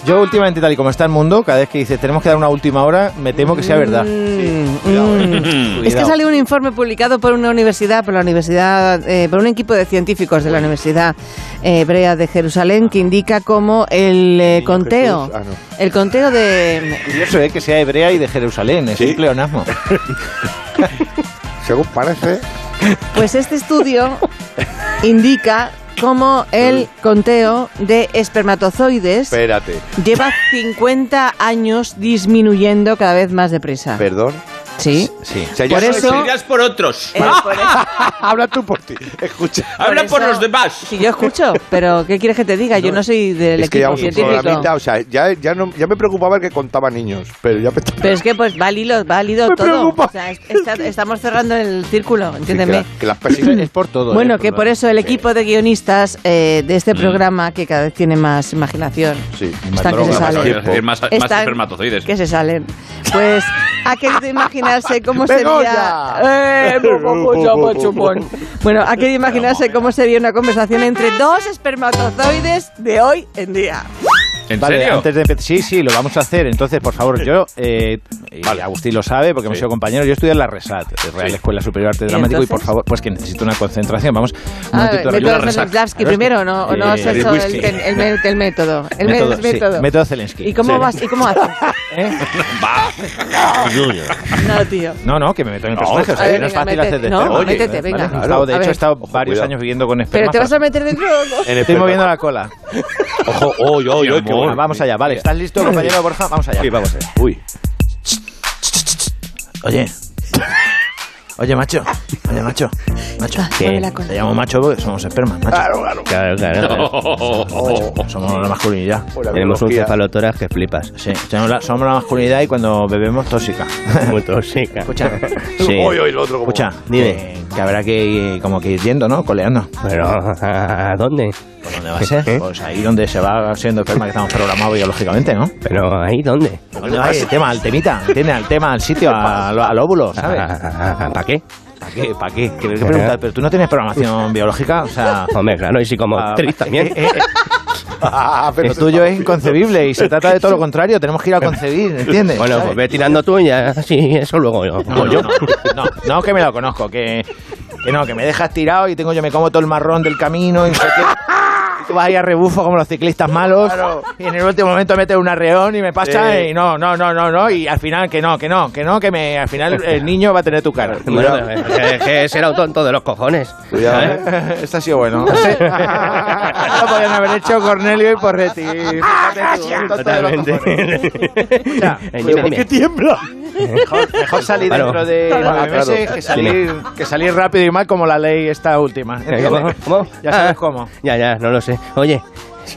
Speaker 3: Yo últimamente, tal y como está el mundo, cada vez que dice tenemos que dar una última hora, me temo que sea verdad.
Speaker 1: Mm,
Speaker 3: eh,
Speaker 1: Es que salió un informe publicado por una universidad, por la universidad, eh, por un equipo de científicos de la Universidad Hebrea de Jerusalén, que indica cómo el eh, conteo,
Speaker 3: Jesús, ah, no.
Speaker 1: el conteo de
Speaker 3: Curioso, ¿eh? Que sea hebrea y de Jerusalén, es un pleonasmo.
Speaker 2: Según parece.
Speaker 1: Pues este estudio indica cómo el conteo de espermatozoides
Speaker 2: Espérate.
Speaker 1: lleva 50 años disminuyendo cada vez más deprisa.
Speaker 2: ¿Perdón?
Speaker 1: Sí.
Speaker 2: sí.
Speaker 1: Ah. Por eso-
Speaker 5: Seguirás por otros.
Speaker 2: Habla tú por ti. Escucha.
Speaker 5: Habla por
Speaker 1: eso-
Speaker 5: los demás.
Speaker 1: Si yo escucho, pero ¿qué quieres que te diga? Yo no soy del
Speaker 2: Es
Speaker 1: equipo
Speaker 2: que llevamos un
Speaker 1: científico.
Speaker 2: programita, o sea, ya, ya, no, ya me preocupaba el que contaba niños, pero ya me está...
Speaker 1: Pero es que pues va al hilo, va al hilo
Speaker 2: Me
Speaker 1: todo.
Speaker 2: preocupa.
Speaker 1: O sea, es- está- estamos cerrando el círculo, entiéndeme.
Speaker 2: Que, las persiguen. Es
Speaker 3: por todo. ¿eh?
Speaker 1: bueno, que por eso el equipo de guionistas eh, de este programa, que cada vez tiene más imaginación,
Speaker 2: Mm. Sí.
Speaker 1: Están que se
Speaker 15: Más
Speaker 1: salen.
Speaker 15: drogas, es más- más
Speaker 1: Están-
Speaker 15: espermatozoides.
Speaker 1: que se salen, pues ha querido imaginarse cómo
Speaker 15: ¡Begoña!
Speaker 1: sería... Eh, bu, bu, bu, chapa, chupón. Bueno, ha querido imaginarse cómo sería una conversación entre dos espermatozoides de hoy en día.
Speaker 15: ¿En
Speaker 3: vale,
Speaker 15: serio?
Speaker 3: Antes de empe- sí, sí, lo vamos a hacer. Entonces, por favor, yo, eh, y Agustín lo sabe porque hemos sido compañeros, yo estudié en la RESAT, Real Escuela Superior de Arte
Speaker 1: ¿Y
Speaker 3: Dramático, y por
Speaker 1: entonces?
Speaker 3: favor, pues que necesito una concentración. Vamos, un
Speaker 1: A
Speaker 3: momentito
Speaker 1: ver,
Speaker 3: de
Speaker 1: método
Speaker 3: relax.
Speaker 1: Stanislavski
Speaker 3: Claro,
Speaker 1: primero, ¿no? ¿O no has
Speaker 3: eh,
Speaker 1: hecho el,
Speaker 3: whisky.
Speaker 1: el- el me- el método? El me-
Speaker 3: Método, sí,
Speaker 1: método.
Speaker 3: método Zelensky.
Speaker 1: ¿Y cómo
Speaker 3: Sí.
Speaker 1: vas? ¿Y cómo haces?
Speaker 3: ¿eh?
Speaker 1: No, tío.
Speaker 3: No, no, que me meto en el
Speaker 1: No,
Speaker 3: personaje. o sea,
Speaker 1: a ver,
Speaker 3: que no es
Speaker 1: venga,
Speaker 3: fácil
Speaker 1: métete.
Speaker 3: hacer de
Speaker 1: No,
Speaker 3: cero.
Speaker 1: no, métete, venga.
Speaker 3: ¿vale? He
Speaker 1: Claro.
Speaker 3: estado- de
Speaker 1: A
Speaker 3: hecho,
Speaker 1: ver.
Speaker 3: he estado varios
Speaker 1: cuidado.
Speaker 3: años viviendo con esperma.
Speaker 1: Pero te vas a meter dentro.
Speaker 3: Estoy moviendo la cola.
Speaker 2: Ojo, oh, yo, yo, qué bueno.
Speaker 3: Vamos allá, vale. ¿Estás listo, compañero Borja? Vamos allá.
Speaker 2: Sí, vamos allá. Uy.
Speaker 3: Oye. Oye, macho. Oye, macho. Macho.
Speaker 11: Ah,
Speaker 1: mueve
Speaker 3: Que
Speaker 1: la cola.
Speaker 3: te llamo macho porque somos espermas, macho. Claro, claro. Claro, claro.
Speaker 1: Ah.
Speaker 3: Somos la masculinidad.
Speaker 14: Hola, Tenemos un biología.
Speaker 3: cefalotoras que flipas. Sí, somos la, somos la masculinidad y cuando bebemos tóxica. Muy tóxica. Escucha. Sí.
Speaker 2: Oye, oye, el otro como-
Speaker 3: Escucha, dime. Que habrá que ir, como que ir yendo, ¿no? Coleando. Pero, ¿a dónde? ¿Por dónde va a ser? Pues ahí donde se va siendo esperma que estamos programados biológicamente, ¿no? Pero ahí dónde? ¿Dónde va el tema? Al temita, ¿entiendes? Al tema, al sitio, al, al óvulo, ¿sabes? ¿Para qué? ¿Para qué? ¿Para qué? Que- que preguntar, pero tú no tienes programación biológica, o sea...
Speaker 14: Hombre, claro, y psicomotriz
Speaker 3: Ah,
Speaker 14: también.
Speaker 3: eh, eh, eh.
Speaker 2: Ah,
Speaker 14: pero
Speaker 3: el tuyo es inconcebible y se trata de todo lo contrario, tenemos que ir a concebir, ¿entiendes?
Speaker 14: Bueno,
Speaker 3: ¿Sabes?
Speaker 14: pues ve tirando tú y ya, sí, eso luego yo.
Speaker 3: No, no, no, no, que me lo conozco, que, que no, que me dejas tirado y tengo yo me como todo el marrón del camino y no sé qué. Y Tú vas ahí a rebufo como los ciclistas malos y en el último momento metes un arreón y me pasa
Speaker 14: Sí.
Speaker 3: y no, no, no, no, no y al final que no, que no, que no, que me, al final el niño va a tener tu cara.
Speaker 14: Bueno, pero es que es el tonto de los cojones.
Speaker 3: Cuidado, ¿eh? Esto ha sido bueno. No sé. Lo podían haber hecho Cornelio y Porretti.
Speaker 14: ¿Por qué
Speaker 3: tiembla? Mejor, mejor salir
Speaker 14: Claro.
Speaker 3: dentro de
Speaker 14: Claro,
Speaker 3: nueve
Speaker 14: claro.
Speaker 3: meses que salir, que salir rápido y mal como la ley esta última.
Speaker 14: ¿Cómo? ¿Cómo?
Speaker 3: Ya sabes
Speaker 14: Ah,
Speaker 3: cómo.
Speaker 14: Ya, ya, no lo sé. Oye.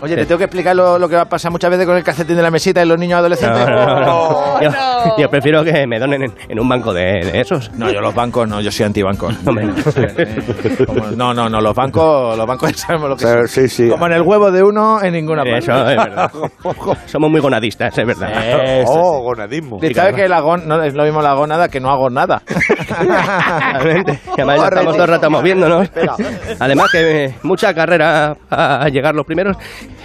Speaker 3: Oye, te tengo que explicar lo, lo que va a pasar muchas veces con el calcetín de la mesita de los niños adolescentes.
Speaker 14: No, no, no. yo, yo prefiero que me donen en, en un banco de, de esos.
Speaker 3: No, yo los bancos no, yo soy antibanco. Eh, Como- no, no, no, los bancos, los bancos sabemos lo que son.
Speaker 2: Sí, sí.
Speaker 3: Como en el huevo de uno, en ninguna parte.
Speaker 14: Eso es verdad. Somos muy gonadistas, es verdad.
Speaker 3: Eso
Speaker 2: Oh, gonadismo.
Speaker 3: Y ¿Sabes que la gon- no es lo mismo la gonada que no hago nada?
Speaker 14: Exactamente. Que Además, ya estamos todo el rato moviéndonos. Además, que eh, mucha carrera a llegar los primeros.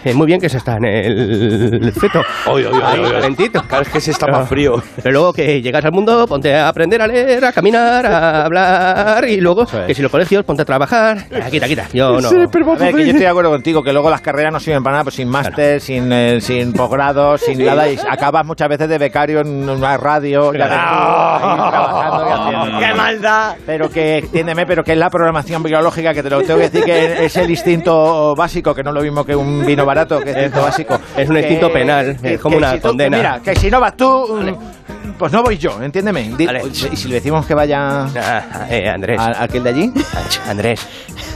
Speaker 14: Eh, muy bien que se está en el feto.
Speaker 2: Oye, oye,
Speaker 14: Ahí,
Speaker 2: oye, oye.
Speaker 14: calentito.
Speaker 2: Claro, es que se está más frío.
Speaker 14: Pero luego que llegas al mundo, ponte a aprender a leer, a caminar, a hablar. Y luego,
Speaker 3: Eso es.
Speaker 14: que si los colegios, ponte a trabajar. Ah, Quita, quita. Yo no.
Speaker 3: A ver, que yo estoy de acuerdo contigo, que luego las carreras no sirven para nada, pues sin máster, sin, eh, sin posgrado, sin
Speaker 14: Sí.
Speaker 3: nada, y acabas muchas veces de becario en una radio, ya ves tú, ahí trabajando y haciendo.
Speaker 1: ¡Qué maldad!
Speaker 3: Pero que, entiéndeme, pero que es la programación biológica, que te lo tengo que decir, que es el instinto básico, que no es lo mismo que un vino barato, que es instinto básico.
Speaker 14: Es un
Speaker 3: Que-
Speaker 14: instinto penal,
Speaker 3: que-
Speaker 14: es como
Speaker 3: que
Speaker 14: una
Speaker 3: si tú-
Speaker 14: condena.
Speaker 3: Mira, que si no vas tú, mm, pues no voy yo, entiéndeme. Di- Y si le decimos que vaya...
Speaker 14: Ah, eh, Andrés. Ah,
Speaker 3: ¿A- ¿Aquel de allí?
Speaker 14: Andrés.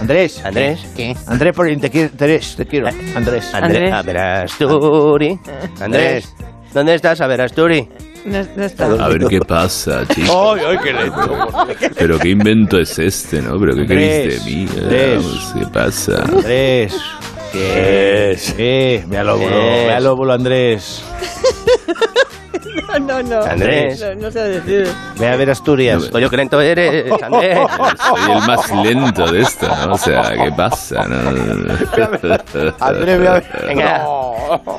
Speaker 3: Andrés.
Speaker 14: Andrés.
Speaker 3: ¿Qué? Andrés, por el te quiero. Andrés, te quiero. Andrés.
Speaker 14: Andrés. A ver, Asturi. Andrés. ¿Dónde estás? A ver, Asturi.
Speaker 1: No, no está.
Speaker 10: A ver qué pasa,
Speaker 3: Oh.
Speaker 10: chicos.
Speaker 1: ¡Ay, ay, qué lento!
Speaker 10: Pero qué invento es este, ¿no? Pero qué queréis
Speaker 3: Andrés,
Speaker 10: de mí.
Speaker 3: Andrés.
Speaker 10: Vamos, ¿Qué pasa?
Speaker 3: Andrés. ¿Qué es? Eh, ve al óvulo,
Speaker 10: ¿Qué es?
Speaker 3: ve al óvulo, Andrés.
Speaker 1: No, no, no.
Speaker 14: Andrés.
Speaker 1: No, no se decide.
Speaker 14: Ve a ver Asturias. Coño, que lento eres, Andrés.
Speaker 5: Soy el más lento de esto, ¿no? O sea, ¿qué pasa? No, no, no.
Speaker 14: Andrés, ve a ver. Venga.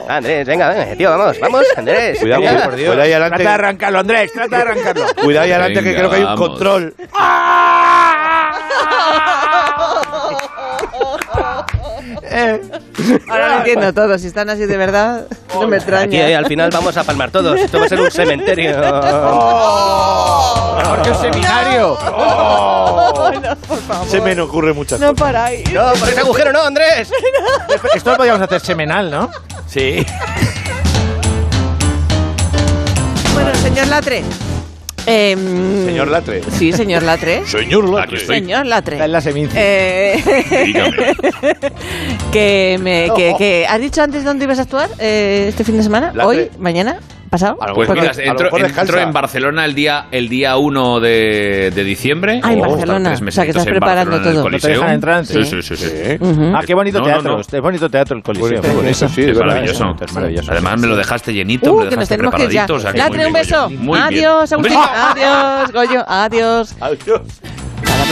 Speaker 14: Andrés, venga, venga, eh, tío, vamos, vamos, Andrés.
Speaker 2: Cuidado,
Speaker 14: venga.
Speaker 2: por Dios. Cuidado ahí adelante. Trata de
Speaker 14: arrancarlo, Andrés, trata de arrancarlo.
Speaker 2: Cuidado ahí adelante que
Speaker 5: Venga,
Speaker 2: creo que hay un
Speaker 5: vamos.
Speaker 2: control.
Speaker 1: Ahora lo entiendo todo. Si están así de verdad, no me extraña.
Speaker 14: Aquí eh, al final vamos a palmar todos. Esto va a ser un cementerio.
Speaker 1: Oh,
Speaker 14: Mejor que un seminario.
Speaker 2: Se me ocurre muchas
Speaker 1: No paráis.
Speaker 14: No, por ese agujero no, Andrés.
Speaker 3: Esto lo podríamos hacer semanal, ¿no?
Speaker 2: Sí.
Speaker 1: Bueno, señor Latre. Eh, mm,
Speaker 2: Señor Latre.
Speaker 1: Sí, señor Latre.
Speaker 2: Señor Latre.
Speaker 1: Señor Latre.
Speaker 3: Está en la semin.
Speaker 1: Eh, que, me, que, que- ¿Has dicho antes dónde ibas a actuar eh, este fin de semana?
Speaker 5: Latre.
Speaker 1: ¿Hoy? ¿Mañana? ¿Pasado?
Speaker 5: Pues
Speaker 1: Porque-
Speaker 5: mira, entro, entro en Barcelona el día, el día 1 de, de diciembre.
Speaker 1: Ah, en
Speaker 5: Voy a estar
Speaker 1: Barcelona.
Speaker 5: tres
Speaker 1: O sea, que
Speaker 5: mesecitos
Speaker 1: estás
Speaker 5: en
Speaker 1: preparando
Speaker 5: Barcelona, en el
Speaker 1: todo.
Speaker 3: ¿No te dejan
Speaker 5: Coliseum.
Speaker 3: entrar antes?
Speaker 5: Sí, sí, sí. sí.
Speaker 3: Ujú. Ah, qué bonito
Speaker 5: No, no,
Speaker 3: teatro.
Speaker 5: no.
Speaker 3: Es bonito teatro el Coliseo.
Speaker 5: Bonito,
Speaker 3: Eso sí,
Speaker 5: es
Speaker 3: verdad,
Speaker 5: maravilloso.
Speaker 3: es maravilloso.
Speaker 5: Además, me lo dejaste llenito, me
Speaker 1: Uh,
Speaker 5: lo
Speaker 1: que nos
Speaker 5: dejaste
Speaker 1: tenemos que ir ya.
Speaker 5: preparadito. o sea, que muy
Speaker 1: Latre, un
Speaker 5: bien,
Speaker 1: beso.
Speaker 5: Goyo. Muy bien.
Speaker 1: Adiós, Agustín.
Speaker 5: Un beso.
Speaker 1: Adiós, Goyo. Adiós.
Speaker 2: Adiós.
Speaker 1: Hasta la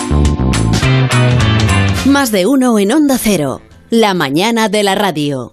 Speaker 1: próxima.
Speaker 11: Más de uno en Onda Cero. La mañana de la radio.